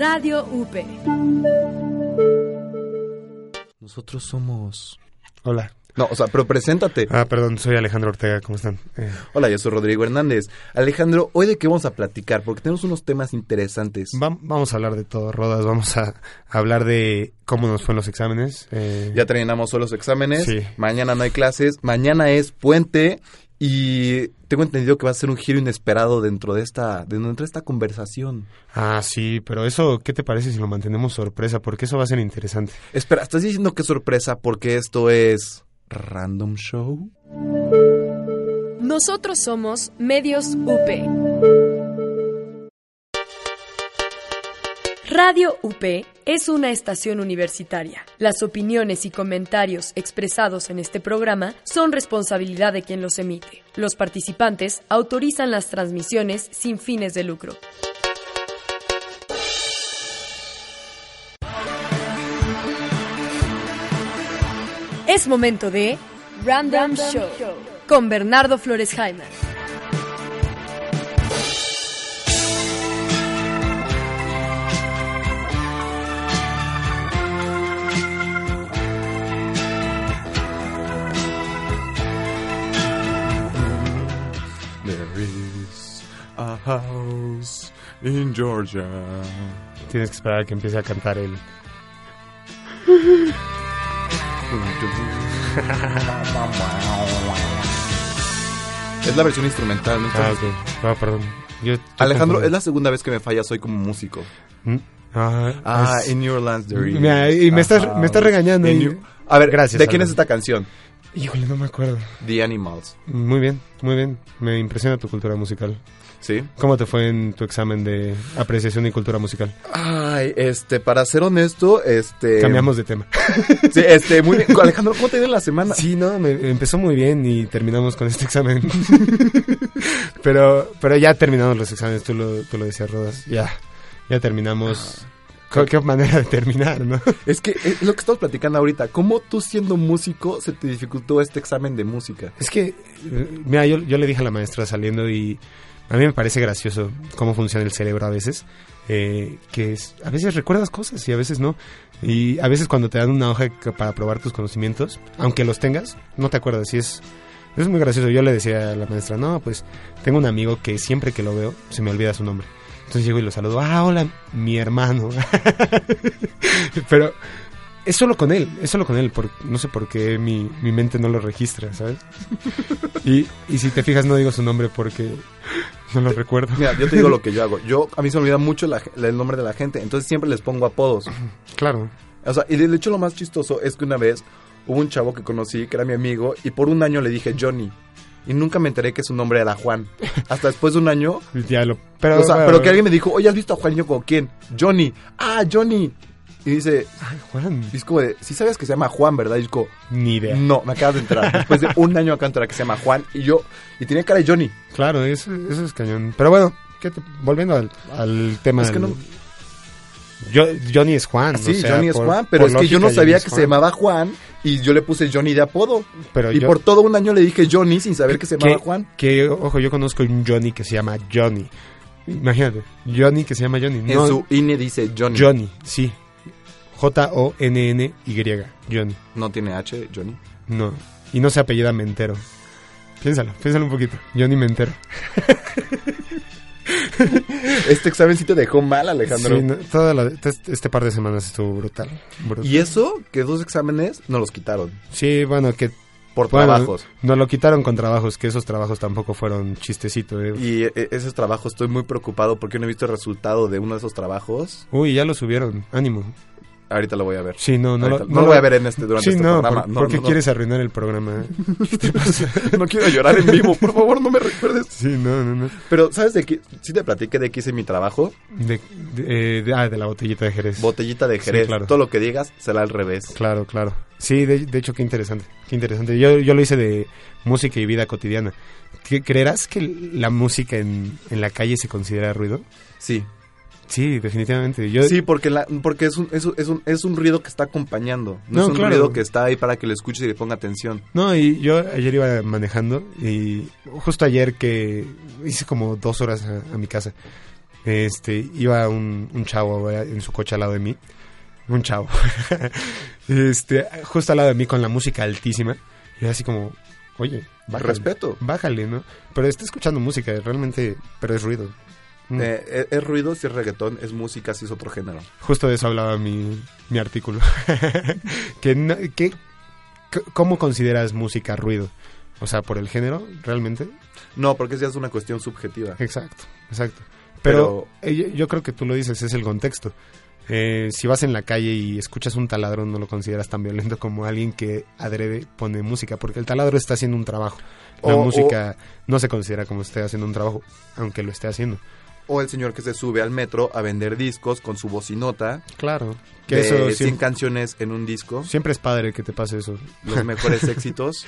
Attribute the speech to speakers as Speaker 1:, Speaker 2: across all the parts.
Speaker 1: Radio UP.
Speaker 2: Nosotros somos.
Speaker 3: Hola.
Speaker 2: No, o sea, pero preséntate.
Speaker 3: Ah, perdón, soy Alejandro Ortega, ¿cómo están? Eh,
Speaker 2: Hola, yo soy Rodrigo Hernández. Alejandro, ¿hoy de qué vamos a platicar? Porque tenemos unos temas interesantes.
Speaker 3: vam- vamos a hablar de todo, Rodas, vamos a hablar de cómo nos fue en los exámenes. eh,
Speaker 2: Ya terminamos hoy los exámenes.
Speaker 3: Sí.
Speaker 2: Mañana no hay clases. Mañana es puente. Y tengo entendido que va a ser un giro inesperado dentro de esta, dentro de esta conversación.
Speaker 3: Ah, sí, pero eso, ¿qué te parece si lo mantenemos sorpresa? Porque eso va a ser interesante.
Speaker 2: Espera, ¿estás diciendo qué sorpresa? Porque esto es. Random Show.
Speaker 1: Nosotros somos Medios UP. Radio UP es una estación universitaria. Las opiniones y comentarios expresados en este programa son responsabilidad de quien los emite. Los participantes autorizan las transmisiones sin fines de lucro. Es momento de Random, Show, con Bernardo Flores Jaime.
Speaker 4: There is a house in Georgia.
Speaker 3: Tienes que esperar a que empiece a cantar el...
Speaker 2: Es la versión instrumental, ¿no?
Speaker 3: Ah, ok. Ah, perdón. Yo- yo
Speaker 2: Alejandro, es
Speaker 3: confundo.
Speaker 2: la segunda vez que me fallas hoy como músico.
Speaker 3: Mm, Ah,
Speaker 2: Ah,
Speaker 3: es-
Speaker 2: In Your Lands there is
Speaker 3: Mira, y me
Speaker 2: a
Speaker 3: estás-
Speaker 2: house
Speaker 3: me estás regañando
Speaker 2: in
Speaker 3: ahí.
Speaker 2: your- A ver,
Speaker 3: Gracias,
Speaker 2: ¿de quién es
Speaker 3: Alejandro.
Speaker 2: esta canción?
Speaker 3: Híjole, no me acuerdo.
Speaker 2: The Animals,
Speaker 3: Muy bien, muy bien. Me impresiona tu cultura musical.
Speaker 2: ¿sí?
Speaker 3: ¿Cómo te fue en tu examen de apreciación y cultura musical?
Speaker 2: Ay, este, para ser honesto, este...
Speaker 3: Cambiamos de tema.
Speaker 2: Sí, este, muy bien. Alejandro, ¿cómo te ha ido en la semana?
Speaker 3: Sí, no, me- empezó muy bien y terminamos con este examen. pero, pero ya terminamos los exámenes, tú lo, tú lo decías, Rodas. Ya, ya terminamos. Co- Qué manera de terminar, ¿no?
Speaker 2: Es que es lo que estamos platicando ahorita. ¿Cómo tú siendo músico se te dificultó este examen de música?
Speaker 3: Es que, eh, mira, yo, yo le dije a la maestra saliendo y a mí me parece gracioso cómo funciona el cerebro a veces, eh, que es- a veces recuerdas cosas y a veces no. Y a veces cuando te dan una hoja que- para probar tus conocimientos, aunque los tengas, no te acuerdas y es... Es muy gracioso. Yo le decía a la maestra, no, pues tengo un amigo que siempre que lo veo se me olvida su nombre. Entonces llego y lo saludo, ah, hola, mi hermano. Pero es solo con él, es solo con él. por- no sé por qué mi, mi mente no lo registra, ¿sabes? Y, y si te fijas, no digo su nombre porque no lo recuerdo.
Speaker 2: Mira, yo te digo lo que yo hago. Yo, a mí se me olvida mucho la- el nombre de la gente, entonces siempre les pongo apodos.
Speaker 3: Claro.
Speaker 2: O sea, y de hecho lo más chistoso es que una vez hubo un chavo que conocí, que era mi amigo, y por un año le dije Johnny. Y nunca me enteré que su nombre era Juan. Hasta después de un año.
Speaker 3: Pues Ya lo. Pero,
Speaker 2: o sea,
Speaker 3: bueno,
Speaker 2: pero que alguien me dijo, oye, ¿has visto a Juan? Y yo como, ¿quién? Johnny. ¡Ah, Johnny! Y dice,
Speaker 3: Ay, Juan.
Speaker 2: y es como de, ¿sí sabes que se llama Juan, verdad? Y yo como,
Speaker 3: Ni idea.
Speaker 2: no, me acabas de enterar. Después de un año acá enterar que se llama Juan. Y yo, y tenía cara de Johnny.
Speaker 3: Claro, eso, eso es cañón. Pero bueno, ¿qué te- volviendo al, al tema.
Speaker 2: Es que
Speaker 3: del-
Speaker 2: no-
Speaker 3: Yo- Johnny es Juan.
Speaker 2: Ah, Sí,
Speaker 3: o sea,
Speaker 2: Johnny es
Speaker 3: por-
Speaker 2: Juan, pero
Speaker 3: por
Speaker 2: es que yo
Speaker 3: lógica,
Speaker 2: no sabía
Speaker 3: Johnny es
Speaker 2: que se
Speaker 3: Juan.
Speaker 2: llamaba Juan y yo le puse Johnny de apodo.
Speaker 3: Pero
Speaker 2: y
Speaker 3: yo-
Speaker 2: por todo un año le dije Johnny sin saber que se llamaba Juan.
Speaker 3: Que, ojo, yo conozco un Johnny que se llama Johnny. Imagínate, Johnny que se llama Johnny.
Speaker 2: En
Speaker 3: no,
Speaker 2: su INE dice Johnny.
Speaker 3: Johnny, sí. J-O-N-N-Y, Johnny.
Speaker 2: No tiene H, Johnny.
Speaker 3: No. Y no se apellida Mentero. Piénsalo, piénsalo un poquito. Johnny Mentero.
Speaker 2: Este examen sí te dejó mal, Alejandro.
Speaker 3: Sí, no, toda la- este- este par de semanas estuvo brutal. brutal.
Speaker 2: Y eso, que dos exámenes no los quitaron
Speaker 3: Sí, bueno, que...
Speaker 2: por
Speaker 3: bueno,
Speaker 2: trabajos.
Speaker 3: Nos lo quitaron con trabajos, que esos trabajos tampoco fueron chistecito. eh.
Speaker 2: Y eh, esos trabajos estoy muy preocupado porque no he visto el resultado de uno de esos trabajos.
Speaker 3: Uy, ya lo subieron. Ánimo.
Speaker 2: Ahorita lo voy a ver.
Speaker 3: Sí, no, no,
Speaker 2: Ahorita-
Speaker 3: lo,
Speaker 2: no lo voy a ver en este- durante
Speaker 3: sí,
Speaker 2: este
Speaker 3: no,
Speaker 2: programa.
Speaker 3: por-
Speaker 2: No,
Speaker 3: porque
Speaker 2: no, no.
Speaker 3: quieres arruinar el programa. ¿Qué te pasa?
Speaker 2: No quiero llorar en vivo, por favor, no me recuerdes.
Speaker 3: Sí, no, no, no.
Speaker 2: Pero, ¿sabes de qué? Sí te platiqué de qué hice mi trabajo.
Speaker 3: De, de- eh, de- ah, de la botellita de Jerez.
Speaker 2: Botellita de
Speaker 3: Sí,
Speaker 2: Jerez.
Speaker 3: claro.
Speaker 2: Todo lo que digas será al revés.
Speaker 3: claro, claro. Sí, de, de hecho, qué interesante. Qué interesante. Yo, yo lo hice de música y vida cotidiana. ¿Qué- ¿Creerás que la música en, en la calle se considera ruido?
Speaker 2: Sí.
Speaker 3: Sí, definitivamente. Yo,
Speaker 2: Sí, porque, la, porque es, un, es, un- es, un, es un ruido que está acompañando. No,
Speaker 3: No,
Speaker 2: es un
Speaker 3: claro.
Speaker 2: ruido que está ahí para que lo escuches y le ponga atención.
Speaker 3: No, y yo ayer iba manejando y justo ayer que hice como dos horas a, a mi casa. Este, iba un, un chavo eh, en su coche al lado de mí. Un chavo. este, justo al lado de mí con la música altísima. Y era así como, oye, bájale.
Speaker 2: Respeto.
Speaker 3: Bájale, ¿no? Pero está escuchando música, realmente, pero es ruido. Mm.
Speaker 2: Eh, es, es ruido, si es reggaetón, es música, si es otro género.
Speaker 3: Justo de eso hablaba mi, mi artículo. que, no- que- c- ¿Cómo consideras música ruido? O sea, por el género, realmente.
Speaker 2: No, porque ya es una cuestión subjetiva.
Speaker 3: Exacto, exacto. Pero, eh, yo, yo creo que tú lo dices, es el contexto. Eh, si vas en la calle y escuchas un taladro, no lo consideras tan violento como alguien que adrede pone música, porque el taladro está haciendo un trabajo. La
Speaker 2: O-
Speaker 3: música no se considera como esté haciendo un trabajo, aunque lo esté haciendo.
Speaker 2: O el señor que se sube al metro a vender discos con su bocinota
Speaker 3: Claro. Que
Speaker 2: de
Speaker 3: eso
Speaker 2: 100
Speaker 3: siempre,
Speaker 2: canciones en un disco,
Speaker 3: siempre es padre que te pase eso.
Speaker 2: los mejores éxitos.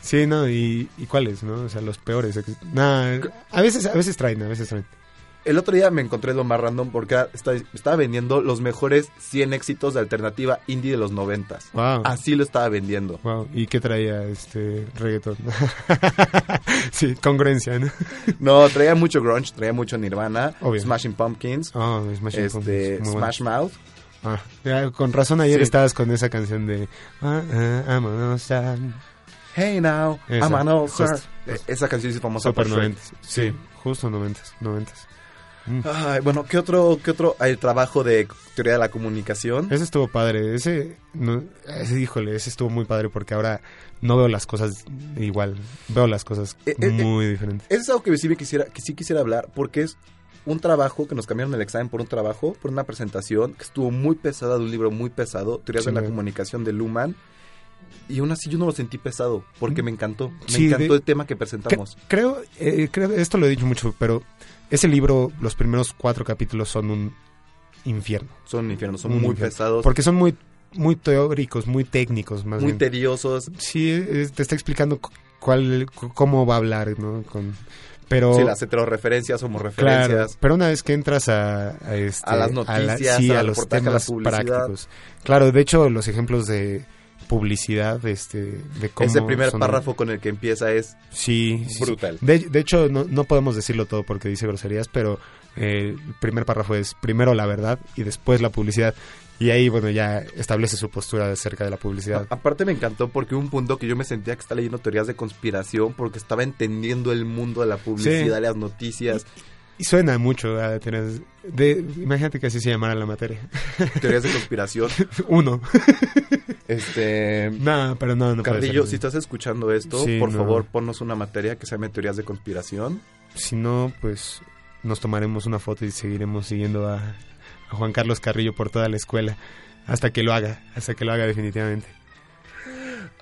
Speaker 3: Sí, no, y, y cuáles, ¿no? O sea, los peores. ex- Nah, a veces, a veces traen, a veces traen.
Speaker 2: El otro día me encontré lo más random porque era- está- estaba vendiendo los mejores 100 éxitos de alternativa indie de los 90.
Speaker 3: Wow.
Speaker 2: Así lo estaba vendiendo.
Speaker 3: Wow, ¿y qué traía este reggaetón? sí, congruencia, ¿no?
Speaker 2: No, traía mucho grunge, traía mucho Nirvana,
Speaker 3: Obvio.
Speaker 2: Smashing Pumpkins,
Speaker 3: Ah, Smashing
Speaker 2: este,
Speaker 3: Pumpkins, muy bueno.
Speaker 2: Smash Mouth.
Speaker 3: Ah, ya, con razón ayer
Speaker 2: Sí.
Speaker 3: estabas con esa canción de... Ah, ah, vámonos a-
Speaker 2: Hey now,
Speaker 3: Esa,
Speaker 2: I'm an old sir.
Speaker 3: justo.
Speaker 2: Eh, Esa canción es famosa
Speaker 3: Super
Speaker 2: por Shrek.
Speaker 3: noventas. Sí, justo noventas, noventas.
Speaker 2: Ay, bueno, ¿qué otro, qué otro? El trabajo de teoría de la comunicación.
Speaker 3: Ese estuvo padre, ese, no, ese, híjole, ese estuvo muy padre porque ahora no veo las cosas igual, veo las cosas
Speaker 2: Eh, eh, eh.
Speaker 3: muy diferentes.
Speaker 2: Eso es algo que sí, me quisiera, que sí quisiera hablar porque es un trabajo que nos cambiaron el examen por un trabajo, por una presentación que estuvo muy pesada, de un libro muy pesado, Teorías
Speaker 3: Sí,
Speaker 2: de la
Speaker 3: me-
Speaker 2: Comunicación de Luhmann. Y aún así yo no lo sentí pesado porque me encantó. Me
Speaker 3: Mm. Sí,
Speaker 2: encantó
Speaker 3: de-
Speaker 2: el tema que
Speaker 3: Cre-
Speaker 2: presentamos.
Speaker 3: creo, eh, creo, esto lo he dicho mucho, pero ese libro, los primeros cuatro capítulos son un infierno.
Speaker 2: Son infiernos, son
Speaker 3: Un
Speaker 2: muy
Speaker 3: infierno.
Speaker 2: pesados,
Speaker 3: Porque son muy, muy teóricos, muy técnicos, más
Speaker 2: muy
Speaker 3: bien.
Speaker 2: tediosos.
Speaker 3: Sí, eh, te está explicando cu- cuál, cu- cómo va a hablar, ¿no? Con, pero,
Speaker 2: Sí, las heteroreferencias,
Speaker 3: claro,
Speaker 2: homoreferencias.
Speaker 3: pero una vez que entras a, a este,
Speaker 2: A las noticias,
Speaker 3: sí,
Speaker 2: al
Speaker 3: a los
Speaker 2: reportaje, a la
Speaker 3: temas
Speaker 2: publicidad.
Speaker 3: prácticos. Claro, de hecho, los ejemplos de publicidad, este, de cómo
Speaker 2: Ese primer
Speaker 3: son-
Speaker 2: párrafo con el que empieza es
Speaker 3: Sí, sí, sí.
Speaker 2: brutal.
Speaker 3: De, de hecho, no, no podemos decirlo todo porque dice groserías, pero eh, el primer párrafo es primero la verdad y después la publicidad. Y ahí, bueno, ya establece su postura acerca de la publicidad.
Speaker 2: A- Aparte me encantó porque hubo un punto que yo me sentía que estaba leyendo teorías de conspiración porque estaba entendiendo el mundo de la publicidad, las noticias,
Speaker 3: Y suena mucho a tener... De, imagínate que así se llamara la materia.
Speaker 2: teorías de conspiración.
Speaker 3: Uno.
Speaker 2: Este
Speaker 3: Nada, pero no, no puede
Speaker 2: Carrillo,
Speaker 3: ser.
Speaker 2: si estás escuchando esto,
Speaker 3: Sí,
Speaker 2: por
Speaker 3: no.
Speaker 2: favor, ponnos una materia que se llame teorías de conspiración.
Speaker 3: Si no, pues nos tomaremos una foto y seguiremos siguiendo a, a Juan Carlos Carrillo por toda la escuela. Hasta que lo haga, hasta que lo haga definitivamente.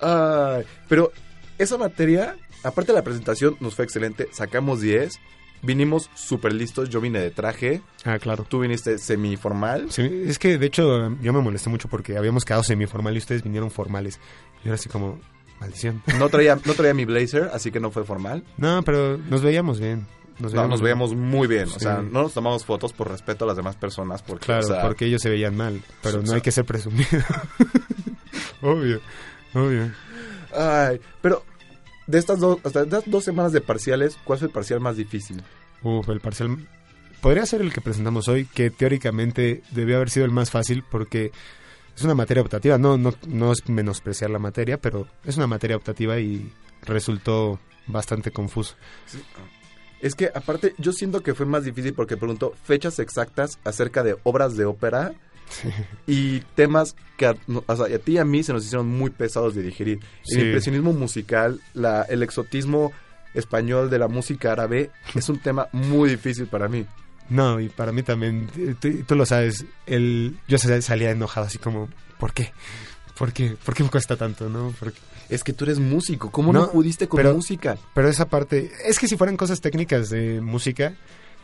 Speaker 2: Ay, pero esa materia, aparte de la presentación, nos fue excelente, sacamos 10, vinimos súper listos, yo vine de traje,
Speaker 3: Ah, claro.
Speaker 2: tú viniste semiformal.
Speaker 3: Sí, es que de hecho yo me molesté mucho porque habíamos quedado semiformal y ustedes vinieron formales. Y era así como, maldición.
Speaker 2: No traía, no traía mi blazer, así que no fue formal.
Speaker 3: No, pero nos veíamos bien. Nos
Speaker 2: No,
Speaker 3: veíamos,
Speaker 2: nos
Speaker 3: bien.
Speaker 2: veíamos muy bien. O
Speaker 3: Sí.
Speaker 2: sea, no nos tomamos fotos por respeto a las demás personas. Porque,
Speaker 3: Claro,
Speaker 2: o sea,
Speaker 3: porque ellos se veían mal, pero
Speaker 2: o
Speaker 3: no
Speaker 2: sea-
Speaker 3: hay que ser presumido. obvio, obvio.
Speaker 2: Ay, pero de estas, dos, o sea, de estas dos semanas de parciales, ¿cuál fue el parcial más difícil?
Speaker 3: Uf, el parcial... Podría ser el que presentamos hoy, que teóricamente debió haber sido el más fácil porque es una materia optativa. No, no, no es menospreciar la materia, pero es una materia optativa y resultó bastante confuso.
Speaker 2: Es que, aparte, yo siento que fue más difícil porque preguntó fechas exactas acerca de obras de ópera y temas que a, no- o sea, y a ti y a mí se nos hicieron muy pesados de digerir. El
Speaker 3: Sí.
Speaker 2: impresionismo musical, la, el exotismo español de la música árabe es un tema muy difícil para mí.
Speaker 3: No, y para mí también, eh, tú, tú lo sabes, el, yo sa- salía enojado así como, ¿por qué? ¿Por qué? ¿Por qué me cuesta tanto, no? ¿Por qué?
Speaker 2: Es que tú eres músico, ¿cómo no,
Speaker 3: No,
Speaker 2: pudiste con
Speaker 3: pero-
Speaker 2: música?
Speaker 3: Pero esa parte, es que si fueran cosas técnicas de música,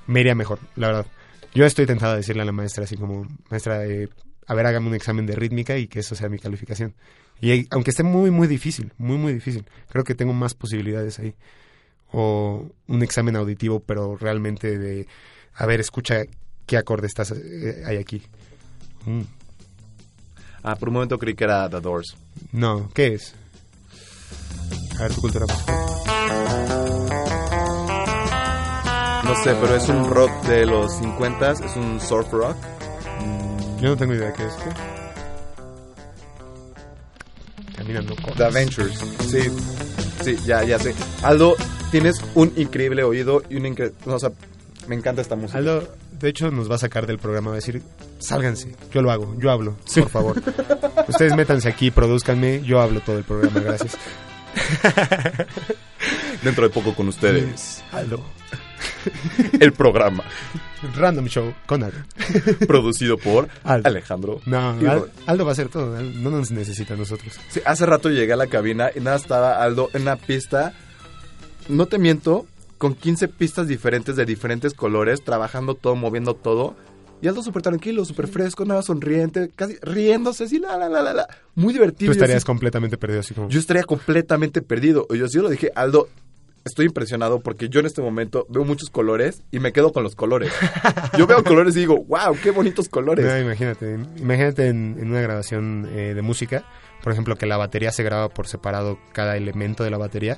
Speaker 3: me iría mejor, la verdad. Yo estoy tentado a decirle a la maestra así como, maestra, eh, a ver, hágame un examen de rítmica y que eso sea mi calificación. Y eh, aunque esté muy, muy difícil, muy, muy difícil, creo que tengo más posibilidades ahí. O un examen auditivo, pero realmente de, a ver, escucha qué acorde estás, eh, hay aquí. Mm.
Speaker 2: Ah, por un momento creí que era The Doors.
Speaker 3: No, ¿qué es? A ver tu cultura musical.
Speaker 2: No sé, pero es un rock de los 50, es un surf rock.
Speaker 3: Yo no tengo idea de qué es. Caminando con.
Speaker 2: The Adventures. Sí, sí, ya, ya sé. Aldo, tienes un increíble oído y un increíble... o sea, me encanta esta música.
Speaker 3: Aldo, de hecho, nos va a sacar del programa. Va a decir, sálganse. Yo lo hago. Yo hablo. Por favor. Ustedes métanse aquí, produzcanme. Yo hablo todo el programa. Gracias.
Speaker 2: Dentro de poco con ustedes.
Speaker 3: Aldo.
Speaker 2: El programa
Speaker 3: Random Show con Aldo.
Speaker 2: producido por
Speaker 3: Aldo.
Speaker 2: Alejandro.
Speaker 3: No,
Speaker 2: y
Speaker 3: Al-
Speaker 2: Robert.
Speaker 3: Aldo va a hacer todo. Al- No nos necesita a nosotros.
Speaker 2: Sí, hace rato llegué a la cabina y nada, estaba Aldo en una pista, no te miento, con 15 pistas diferentes de diferentes colores, trabajando todo, moviendo todo. Y Aldo súper tranquilo, súper fresco, nada sonriente, casi riéndose, así, la, la, la, la, la. Muy divertido.
Speaker 3: Tú estarías
Speaker 2: Yo
Speaker 3: completamente perdido así como...
Speaker 2: así, yo estaría completamente perdido. Y Yo sí lo dije, Aldo, estoy impresionado porque yo en este momento veo muchos colores y me quedo con los colores. Yo veo colores y digo, wow, qué bonitos
Speaker 3: No,
Speaker 2: colores.
Speaker 3: imagínate, imagínate en, en una grabación eh, de música, por ejemplo, que la batería se graba por separado cada elemento de la batería.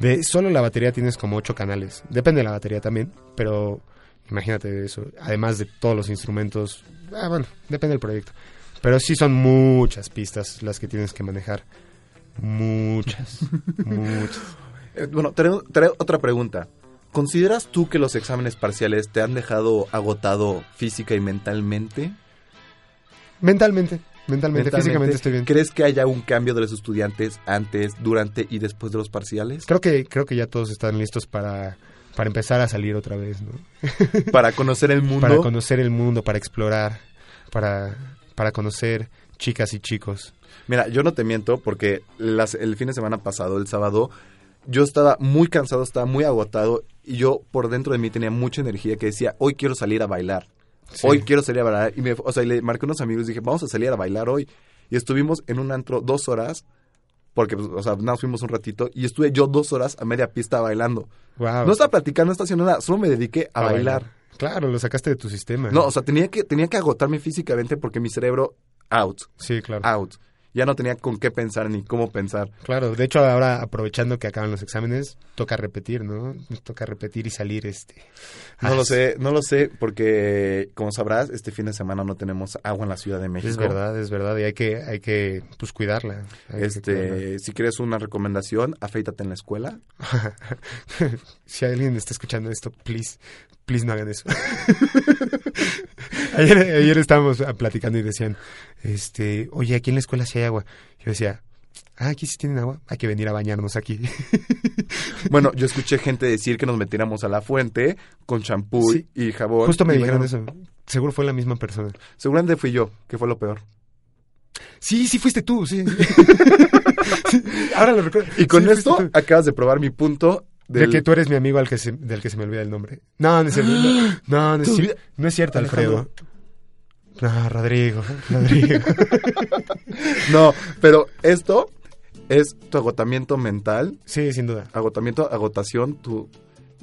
Speaker 3: De solo la batería tienes como ocho canales. Depende de la batería también, pero imagínate eso. Además de todos los instrumentos, ah, bueno, depende del proyecto. Pero sí son muchas pistas las que tienes que manejar. Muchas, muchas.
Speaker 2: Eh, Bueno, traigo, traigo otra pregunta. ¿Consideras tú que los exámenes parciales te han dejado agotado física y mentalmente?
Speaker 3: Mentalmente, mentalmente, físicamente estoy bien.
Speaker 2: ¿Crees que haya un cambio de los estudiantes antes, durante y después de los parciales?
Speaker 3: Creo que, creo que ya todos están listos para, para empezar a salir otra vez, ¿no?
Speaker 2: Para conocer el mundo.
Speaker 3: para conocer el mundo, para explorar, para, para conocer chicas y chicos.
Speaker 2: Mira, yo no te miento porque las- el fin de semana pasado, el sábado, yo estaba muy cansado, estaba muy agotado y yo por dentro de mí tenía mucha energía que decía, hoy quiero salir a bailar.
Speaker 3: Sí.
Speaker 2: Hoy quiero salir a bailar. Y me, o sea, y le marqué a unos amigos y dije, vamos a salir a bailar hoy. Y estuvimos en un antro dos horas, porque, pues, o sea, nos fuimos un ratito y estuve yo dos horas a media pista bailando.
Speaker 3: Wow.
Speaker 2: No estaba platicando, no estaba haciendo nada, solo me dediqué Ah, a, bailar.
Speaker 3: Claro, lo sacaste de tu sistema.
Speaker 2: No, o sea, tenía que, tenía que agotarme físicamente porque mi cerebro, out,
Speaker 3: Sí, claro.
Speaker 2: out. Ya no tenía con qué pensar ni cómo pensar.
Speaker 3: Claro, de hecho ahora aprovechando que acaban los exámenes, toca repetir, ¿no? Toca repetir y salir este.
Speaker 2: No lo sé, no lo sé, porque como sabrás, este fin de semana no tenemos agua en la Ciudad de México.
Speaker 3: Es verdad, es verdad y hay que hay que pues cuidarla. Hay que cuidarla.
Speaker 2: Este, si quieres una recomendación, afeítate en la escuela.
Speaker 3: si alguien está escuchando esto, please, please no hagan eso. ayer, ayer estábamos ah, platicando y decían, este, oye, aquí en la escuela sí hay agua. Yo decía, ah, aquí sí tienen agua, hay que venir a bañarnos aquí.
Speaker 2: Pues, Bueno, yo escuché gente decir que nos metiéramos a la fuente con champú
Speaker 3: Sí.
Speaker 2: y jabón.
Speaker 3: Justo me
Speaker 2: Y
Speaker 3: dijeron eso. Seguro fue la misma persona.
Speaker 2: Seguramente fui yo, que fue lo peor.
Speaker 3: Sí, sí fuiste tú, sí. Sí, ahora lo recuerdo.
Speaker 2: Y con
Speaker 3: Sí, fuiste
Speaker 2: esto
Speaker 3: tú.
Speaker 2: acabas de probar mi punto
Speaker 3: De
Speaker 2: del-
Speaker 3: que tú eres mi amigo al que se- del que se me olvida el nombre. No, no es cierto. No, no es,
Speaker 2: Te
Speaker 3: cier-
Speaker 2: olvida-
Speaker 3: no es cierto, Alfredo.
Speaker 2: Alejandro.
Speaker 3: No, Rodrigo. Rodrigo.
Speaker 2: No, pero esto es tu agotamiento mental,
Speaker 3: Sí, sin duda.
Speaker 2: agotamiento, agotación, tu...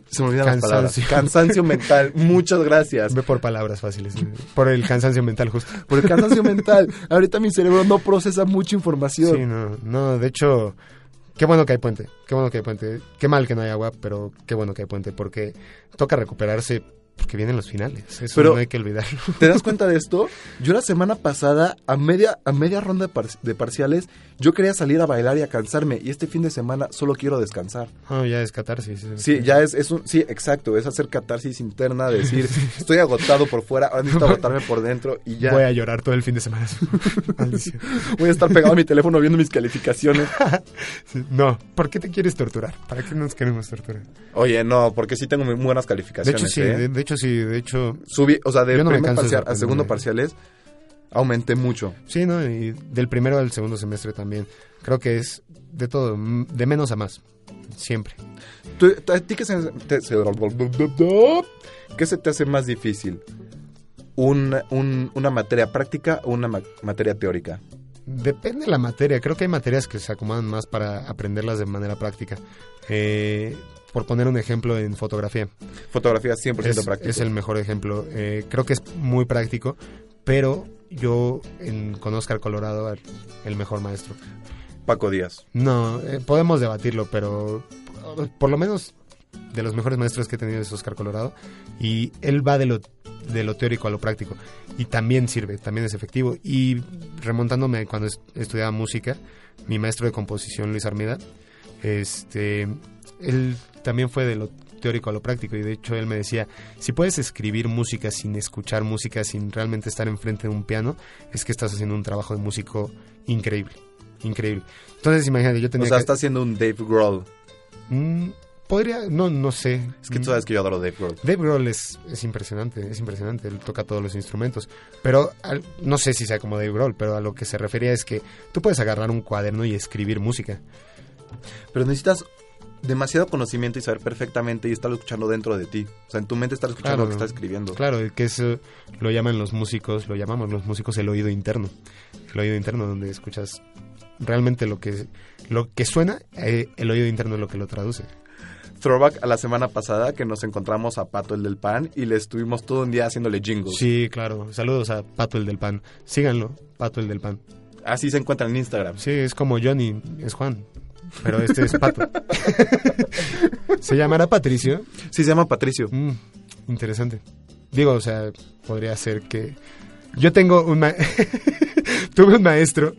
Speaker 2: Se me olvidan las
Speaker 3: Cansancio.
Speaker 2: palabras. Cansancio mental. Muchas gracias.
Speaker 3: Ve por palabras fáciles. ¿no? Por el cansancio mental, justo.
Speaker 2: Por el cansancio mental. Ahorita mi cerebro no procesa mucha información.
Speaker 3: Sí, no, no, de hecho, qué bueno que hay puente. Qué bueno que hay puente. Qué mal que no hay agua, pero qué bueno que hay puente. Porque toca recuperarse porque vienen los finales. Eso
Speaker 2: Pero-
Speaker 3: no hay que olvidarlo.
Speaker 2: ¿Te das cuenta de esto? Yo la semana pasada, a media, a media ronda de, par- de parciales, yo quería salir a bailar y a cansarme. Y este fin de semana solo quiero descansar.
Speaker 3: Ah, ya es catarsis.
Speaker 2: Sí, ya es, es un... Sí, exacto. Es hacer catarsis interna, decir, estoy agotado por fuera, ahora necesito agotarme por dentro y ya.
Speaker 3: Voy a llorar todo el fin de semana. Maldición.
Speaker 2: Voy a estar pegado a mi teléfono viendo mis calificaciones.
Speaker 3: Sí, No, ¿por qué te quieres torturar? ¿Para qué nos queremos torturar?
Speaker 2: Oye, no, porque sí tengo muy buenas
Speaker 3: De
Speaker 2: calificaciones.
Speaker 3: hecho, sí,
Speaker 2: ¿eh?
Speaker 3: de, de hecho, sí, de hecho,
Speaker 2: Subí, o sea, del
Speaker 3: Yo no me
Speaker 2: primer
Speaker 3: canso de
Speaker 2: parcial al
Speaker 3: sorprenderme.
Speaker 2: segundo parciales, aumenté mucho.
Speaker 3: sí, ¿no? Y del primero al segundo semestre también. Creo que es de todo, mm, de menos a más, siempre.
Speaker 2: ¿Tú- tú- ¿A ti qué se, te- se- qué se te hace más difícil? ¿Un- un- ¿Una materia práctica o una ma- materia teórica?
Speaker 3: Depende de la materia. Creo que hay materias que se acomodan más para aprenderlas de manera práctica. Eh, por poner un ejemplo en fotografía,
Speaker 2: Fotografía 100%
Speaker 3: es,
Speaker 2: práctica.
Speaker 3: es el mejor ejemplo. Eh, creo que es muy práctico, pero yo en, con Oscar Colorado, el- el mejor maestro.
Speaker 2: Paco Díaz.
Speaker 3: No, eh, podemos debatirlo, pero eh, por lo menos de los mejores maestros que he tenido es Oscar Colorado y él va de lo, de lo teórico a lo práctico y también sirve, también es efectivo. Y remontándome cuando es- estudiaba música, mi maestro de composición, Luis Armida, este, él también fue de lo teórico a lo práctico y de hecho él me decía, si puedes escribir música sin escuchar música, sin realmente estar enfrente de un piano, es que estás haciendo un trabajo de músico increíble, increíble. Entonces imagínate, yo
Speaker 2: O
Speaker 3: tenía
Speaker 2: sea,
Speaker 3: que-
Speaker 2: está haciendo un Dave Grohl.
Speaker 3: Mm, podría, no, no sé.
Speaker 2: Es que
Speaker 3: Mm,
Speaker 2: tú sabes que yo adoro Dave Grohl.
Speaker 3: Dave Grohl es, es impresionante, es impresionante, él toca todos los instrumentos, pero al- no sé si sea como Dave Grohl, pero a lo que se refería es que tú puedes agarrar un cuaderno y escribir música.
Speaker 2: Pero necesitas demasiado conocimiento y saber perfectamente y estarlo escuchando dentro de ti. O sea, en tu mente estar escuchando lo
Speaker 3: Claro.
Speaker 2: que estás escribiendo.
Speaker 3: Claro, que eso lo llaman los músicos, lo llamamos los músicos el oído interno, el oído interno donde escuchas realmente lo que lo que suena, eh, el oído interno es lo que lo traduce.
Speaker 2: Throwback a la semana pasada que nos encontramos a Pato el del Pan y le estuvimos todo un día haciéndole jingles.
Speaker 3: Sí, claro. Saludos a Pato el del Pan. Síganlo, Pato el del Pan.
Speaker 2: Así se encuentra en Instagram.
Speaker 3: Sí, es como Johnny, es Juan. Pero este es Pato. ¿Se llamará Patricio?
Speaker 2: Sí, se llama Patricio.
Speaker 3: Mm, interesante. Digo, o sea, podría ser que... Yo tengo un... ma- Tuve un maestro,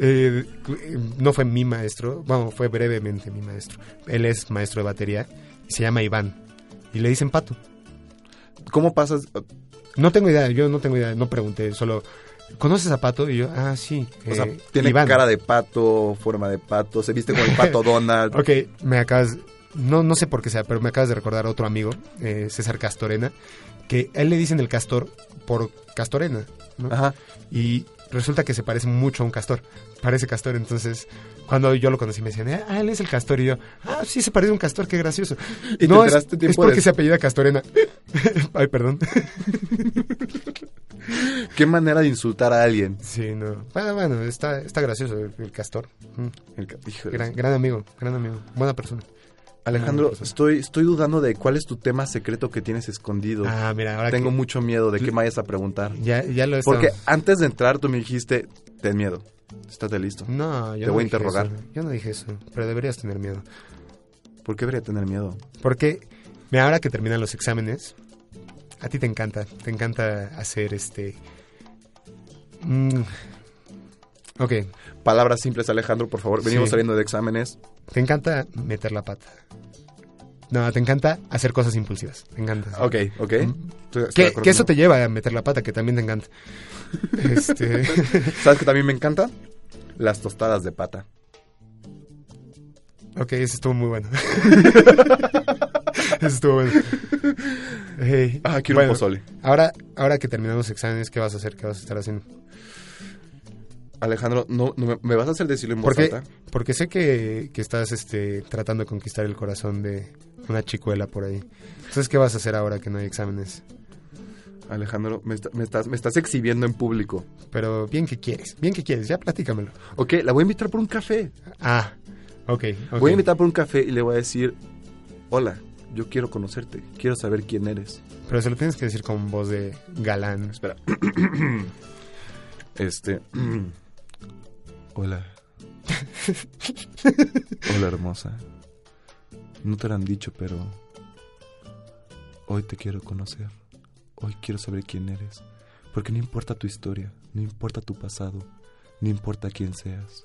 Speaker 3: eh, no fue mi maestro, bueno, fue brevemente mi maestro. Él es maestro de batería, se llama Iván, y le dicen Pato.
Speaker 2: ¿Cómo pasas? O
Speaker 3: No tengo idea, yo no tengo idea, no pregunté, solo... ¿Conoces a Pato? Y yo, ah, sí.
Speaker 2: sea,
Speaker 3: eh,
Speaker 2: tiene
Speaker 3: Iván".
Speaker 2: cara de pato, forma de pato, se viste como el pato Donald.
Speaker 3: Ok, me acabas. No, no sé por qué sea, pero me acabas de recordar a otro amigo, eh, César Castorena, que a él le dicen el castor por Castorena, ¿no?
Speaker 2: Ajá.
Speaker 3: Y resulta que se parece mucho a un castor. Parece castor, entonces cuando yo lo conocí me decían, "Ah, ah, él es el castor. Y yo, ah, sí, se parece a un castor, qué gracioso.
Speaker 2: Y
Speaker 3: no,
Speaker 2: te
Speaker 3: es,
Speaker 2: enteraste
Speaker 3: es
Speaker 2: tiempo
Speaker 3: porque
Speaker 2: des-
Speaker 3: se apellida Castorena. Ay, perdón.
Speaker 2: ¿Qué manera de insultar a alguien?
Speaker 3: Sí, no. Bueno, bueno, está, está gracioso el, el castor. Mm,
Speaker 2: El ca- Hijo de-
Speaker 3: Gran, gran amigo, gran amigo. Buena persona.
Speaker 2: Alejandro,
Speaker 3: Gran persona.
Speaker 2: estoy, estoy dudando de cuál es tu tema secreto que tienes escondido.
Speaker 3: Ah, mira, ahora
Speaker 2: Tengo
Speaker 3: que-
Speaker 2: mucho miedo de que me vayas a preguntar.
Speaker 3: Ya, ya lo
Speaker 2: Porque
Speaker 3: estamos-
Speaker 2: antes de entrar tú me dijiste, ten miedo, estate listo.
Speaker 3: No, yo
Speaker 2: Te
Speaker 3: no
Speaker 2: voy a
Speaker 3: dije
Speaker 2: interrogar.
Speaker 3: eso. Yo no dije eso, pero deberías tener miedo.
Speaker 2: ¿Por qué debería tener miedo?
Speaker 3: Porque, mira, ahora que terminan los exámenes, a ti te encanta, te encanta hacer este... mm, ok,
Speaker 2: Palabras simples, Alejandro, por favor. Venimos
Speaker 3: Sí.
Speaker 2: saliendo de exámenes.
Speaker 3: te encanta meter la pata. No, te encanta hacer cosas impulsivas, te encanta.
Speaker 2: Ok, ok.
Speaker 3: Mm.
Speaker 2: Estoy- estoy de
Speaker 3: Que,
Speaker 2: acuerdo
Speaker 3: que eso te
Speaker 2: contigo.
Speaker 3: lleva a meter la pata, que también te encanta. Este,
Speaker 2: ¿Sabes que también me encanta? Las tostadas de pata.
Speaker 3: ok, eso estuvo muy bueno. eso estuvo bueno. Hey,
Speaker 2: Ah, quiero
Speaker 3: bueno.
Speaker 2: un pozole.
Speaker 3: Ahora, ahora que terminamos los exámenes, ¿qué vas a hacer? ¿Qué vas a estar haciendo?
Speaker 2: Alejandro, no, no me, me vas a hacer decirlo en voz
Speaker 3: Porque,
Speaker 2: alta?
Speaker 3: porque sé que, que estás este, tratando de conquistar el corazón de una chicuela por ahí. Entonces, ¿qué vas a hacer ahora que no hay exámenes?
Speaker 2: Alejandro, me, está- me estás, me estás exhibiendo en público.
Speaker 3: Pero bien que quieres, bien que quieres, ya platícamelo.
Speaker 2: Ok, la voy a invitar por un café.
Speaker 3: Ah, ok. ok.
Speaker 2: Voy a invitar por un café y le voy a decir, hola, yo quiero conocerte, quiero saber quién eres.
Speaker 3: Pero se lo tienes que decir con voz de galán.
Speaker 2: Espera. Este. Hola. Hola, hermosa. No te lo han dicho, pero. Hoy te quiero conocer. Hoy quiero saber quién eres. Porque no importa tu historia, no importa tu pasado, no importa quién seas.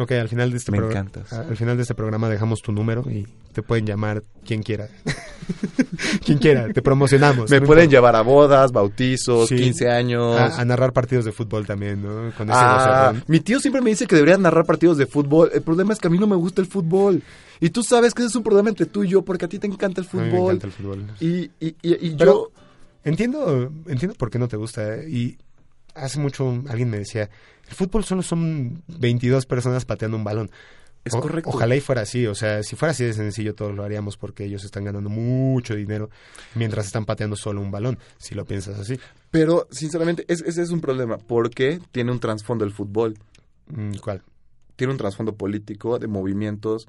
Speaker 3: Ok, al final de este
Speaker 2: Me
Speaker 3: programa-
Speaker 2: encantas.
Speaker 3: Al final de este programa dejamos tu número y te pueden llamar quien quiera. quien quiera, te promocionamos.
Speaker 2: Me
Speaker 3: no
Speaker 2: pueden
Speaker 3: importa.
Speaker 2: llevar a bodas, bautizos,
Speaker 3: Sí.
Speaker 2: 15 años.
Speaker 3: a, a narrar partidos de fútbol también, ¿no? Con ese
Speaker 2: Ah,
Speaker 3: vocerrón.
Speaker 2: mi tío siempre me dice que deberían narrar partidos de fútbol. El problema es que a mí no me gusta el fútbol. Y tú sabes que ese es un problema entre tú y yo porque a ti te encanta el
Speaker 3: A mí me
Speaker 2: fútbol.
Speaker 3: encanta el fútbol.
Speaker 2: Y, y, y, y
Speaker 3: Pero-
Speaker 2: yo...
Speaker 3: Entiendo, entiendo por qué no te gusta. ¿eh? Y hace mucho alguien me decía, el fútbol solo son 22 personas pateando un balón.
Speaker 2: Es
Speaker 3: O-
Speaker 2: correcto.
Speaker 3: Ojalá y fuera así. O sea, si fuera así de sencillo, todos lo haríamos porque ellos están ganando mucho dinero mientras están pateando solo un balón, si lo piensas así.
Speaker 2: Pero, sinceramente, es- ese es un problema. Porque tiene un trasfondo el fútbol.
Speaker 3: Mm, ¿Cuál?
Speaker 2: Tiene un trasfondo político, de movimientos.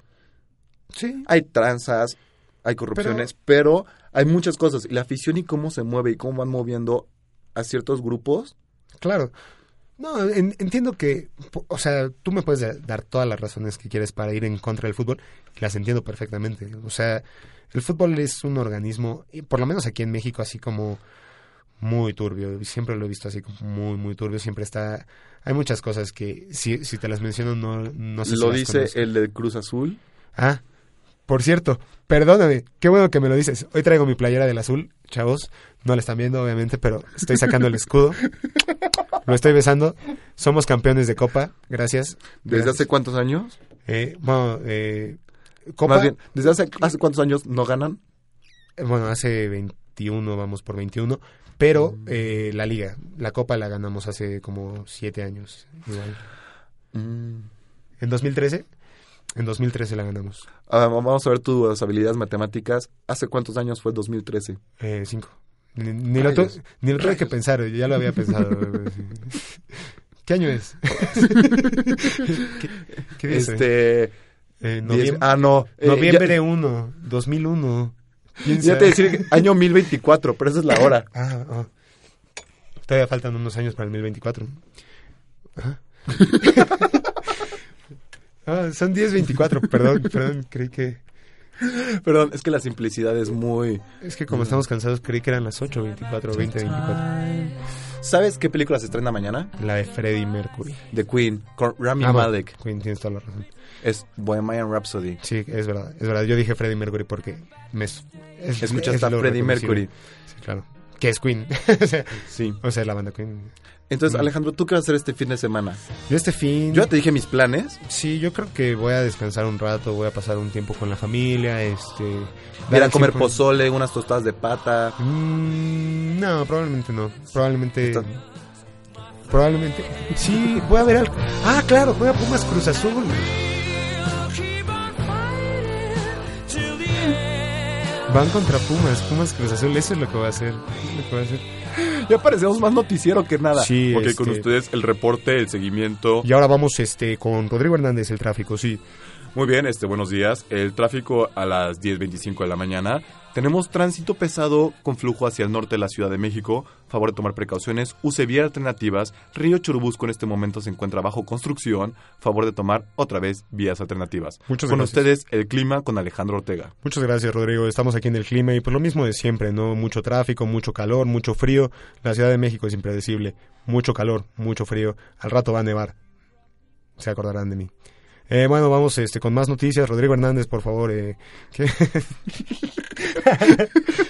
Speaker 3: Sí.
Speaker 2: Hay tranzas, hay corrupciones, pero... hay muchas cosas. Y la afición y cómo se mueve y cómo van moviendo a ciertos grupos.
Speaker 3: Claro. No, en- entiendo que, po- o sea, tú me puedes da- dar todas las razones que quieres para ir en contra del fútbol, las entiendo perfectamente. O sea, El fútbol es un organismo, y por lo menos aquí en México, así como muy turbio. Siempre lo he visto así como muy, muy turbio. Siempre está... Hay muchas cosas que si, si te las menciono no, no sé si
Speaker 2: Lo
Speaker 3: las
Speaker 2: dice
Speaker 3: conozco.
Speaker 2: el del Cruz Azul.
Speaker 3: Ah, por cierto, perdóname, qué bueno que me lo dices. Hoy traigo mi playera del azul, chavos. No la están viendo, obviamente, pero estoy sacando el escudo. Lo estoy besando. Somos campeones de Copa, gracias.
Speaker 2: ¿Desde
Speaker 3: Gracias.
Speaker 2: hace cuántos años?
Speaker 3: Eh, bueno, eh, Copa,
Speaker 2: Más bien, ¿desde hace, hace cuántos años no ganan?
Speaker 3: eh, bueno, hace 21, vamos por 21. Pero
Speaker 2: Mm.
Speaker 3: eh, la liga, la Copa la ganamos hace como 7 años. Igual. Mm. ¿En 2013? En 2013 la ganamos.
Speaker 2: Ah, vamos a ver tus habilidades matemáticas. ¿Hace cuántos años fue 2013?
Speaker 3: Eh, cinco. Ni, ni lo
Speaker 2: Ay,
Speaker 3: tu-
Speaker 2: Dios.
Speaker 3: ni lo tuve que pensar, yo ya lo había pensado. ¿Qué año es? ¿Qué, qué día es hoy?
Speaker 2: Este,
Speaker 3: Eh,
Speaker 2: diez-
Speaker 3: noviembre,
Speaker 2: ah, no. eh,
Speaker 3: noviembre 1, 2001.
Speaker 2: Ya,
Speaker 3: Piensa.
Speaker 2: ya te decía que año 1024, pero esa es la hora.
Speaker 3: Ah, ah. Todavía faltan unos años para el 2024. Ah. Ah, son 10.24, perdón, perdón, creí que...
Speaker 2: Perdón, es que la simplicidad es muy...
Speaker 3: Es que como estamos cansados creí que eran las 8.24, 20.24.
Speaker 2: ¿Sabes qué película se estrena mañana?
Speaker 3: La de Freddie Mercury.
Speaker 2: The Queen, con Rami
Speaker 3: Ah, bueno,
Speaker 2: Malek.
Speaker 3: Queen, tienes toda la razón.
Speaker 2: Es Bohemian Rhapsody.
Speaker 3: Sí, es verdad, es verdad. Yo dije Freddie Mercury porque me es- es-
Speaker 2: Escuchaste a
Speaker 3: es lo
Speaker 2: Freddie
Speaker 3: reconocible.
Speaker 2: Mercury.
Speaker 3: Sí, claro. Que es Queen. O sea,
Speaker 2: Sí.
Speaker 3: o sea, la banda Queen.
Speaker 2: Entonces,
Speaker 3: Mm.
Speaker 2: Alejandro, ¿tú qué vas a hacer este fin de semana?
Speaker 3: Yo este fin.
Speaker 2: Yo ya te dije mis planes.
Speaker 3: Sí, yo creo que voy a descansar un rato, voy a pasar un tiempo con la familia, este.
Speaker 2: Ir a
Speaker 3: dar
Speaker 2: comer
Speaker 3: tiempo-
Speaker 2: pozole, unas tostadas de pata.
Speaker 3: Mm, no, probablemente no. Probablemente.
Speaker 2: Está-
Speaker 3: Probablemente. Sí, voy a ver algo. Ah, claro, voy a Pumas Cruz Azul. Van contra Pumas, Pumas Cruz Azul, eso es lo que voy a hacer. eso es lo que voy a hacer.
Speaker 2: Ya parecemos más noticiero que nada.
Speaker 3: Sí,
Speaker 4: Porque
Speaker 3: este,
Speaker 4: con ustedes el reporte, el seguimiento.
Speaker 3: Y ahora vamos este con Rodrigo Hernández, el tráfico, sí.
Speaker 4: Muy bien, este, buenos días. El tráfico a las 10.25 de la mañana.
Speaker 2: Tenemos tránsito pesado con flujo hacia el norte de la Ciudad de México. Favor de tomar precauciones. Use vías alternativas. Río Churubusco en este momento se encuentra bajo construcción. Favor de tomar otra vez vías alternativas.
Speaker 3: Muchas
Speaker 2: con
Speaker 3: gracias.
Speaker 2: ustedes, el clima con Alejandro Ortega.
Speaker 3: Muchas gracias, Rodrigo. Estamos aquí en el clima y pues lo mismo de siempre, ¿no? Mucho tráfico, mucho calor, mucho frío. La Ciudad de México es impredecible. Mucho calor, mucho frío. Al rato va a nevar. Se acordarán de mí. Eh, bueno, vamos este, con más noticias. Rodrigo Hernández, por favor. eh, ¿qué?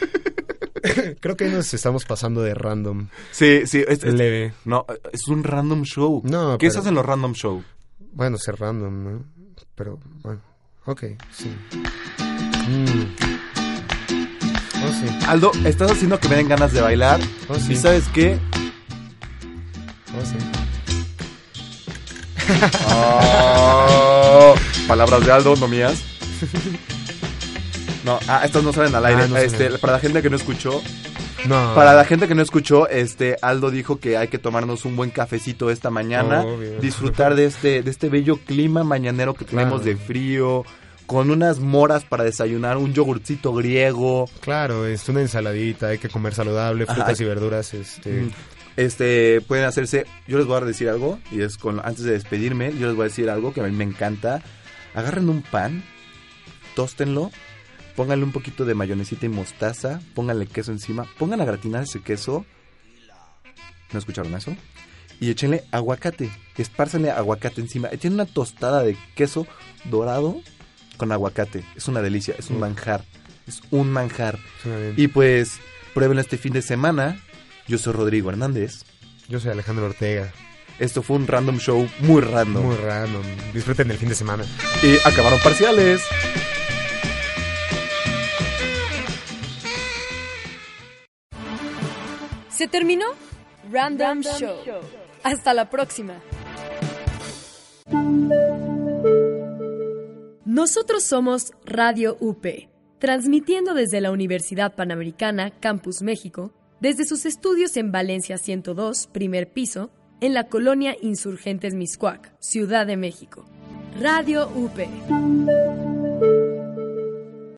Speaker 3: Creo que nos estamos pasando de random.
Speaker 2: Sí, sí. es- es-
Speaker 3: Leve.
Speaker 2: no, es un random show.
Speaker 3: No,
Speaker 2: ¿Qué
Speaker 3: pero-
Speaker 2: se hacen los random show?
Speaker 3: Bueno, ser random, ¿no? Pero, bueno. Ok, sí. Mm. Oh, sí.
Speaker 2: Aldo, estás haciendo que me den ganas de bailar.
Speaker 3: Oh, sí.
Speaker 2: ¿Y sabes qué?
Speaker 3: Oh, sí.
Speaker 2: Oh, palabras de Aldo, no mías. No, ah, estas no salen al aire.
Speaker 3: Ah, no salen. Ah.
Speaker 2: este, para la gente que no escuchó,
Speaker 3: No.
Speaker 2: para la gente que no escuchó, este Aldo dijo que hay que tomarnos un buen cafecito esta mañana,
Speaker 3: Obvio.
Speaker 2: disfrutar de este de este bello clima mañanero que tenemos
Speaker 3: Claro.
Speaker 2: de frío, con unas moras para desayunar, un yogurcito griego,
Speaker 3: Claro, es una ensaladita, hay que comer saludable, frutas y verduras, este...
Speaker 2: Este, pueden hacerse, yo les voy a decir algo, y es con, antes de despedirme, yo les voy a decir algo que a mí me encanta. Agarren un pan, tóstenlo, pónganle un poquito de mayonesita y mostaza, pónganle queso encima, pongan a gratinar ese queso. ¿No escucharon eso? Y échenle aguacate, espárcenle aguacate encima. Eh, Tiene una tostada de queso dorado con aguacate. Es una delicia, es un
Speaker 3: Mm.
Speaker 2: manjar, es un manjar.
Speaker 3: suena bien.
Speaker 2: Y pues, pruébenlo este fin de semana. Yo soy Rodrigo Hernández.
Speaker 3: Yo soy Alejandro Ortega,
Speaker 2: Esto fue un random show muy random.
Speaker 3: muy random, disfruten el fin de semana.
Speaker 2: Y acabaron parciales.
Speaker 1: ¿Se terminó? Random, Show. Hasta la próxima. Nosotros somos Radio UP, transmitiendo desde la Universidad Panamericana, Campus México, desde sus estudios en Valencia 102, primer piso, en la colonia Insurgentes Miscuac, Ciudad de México. Radio UP.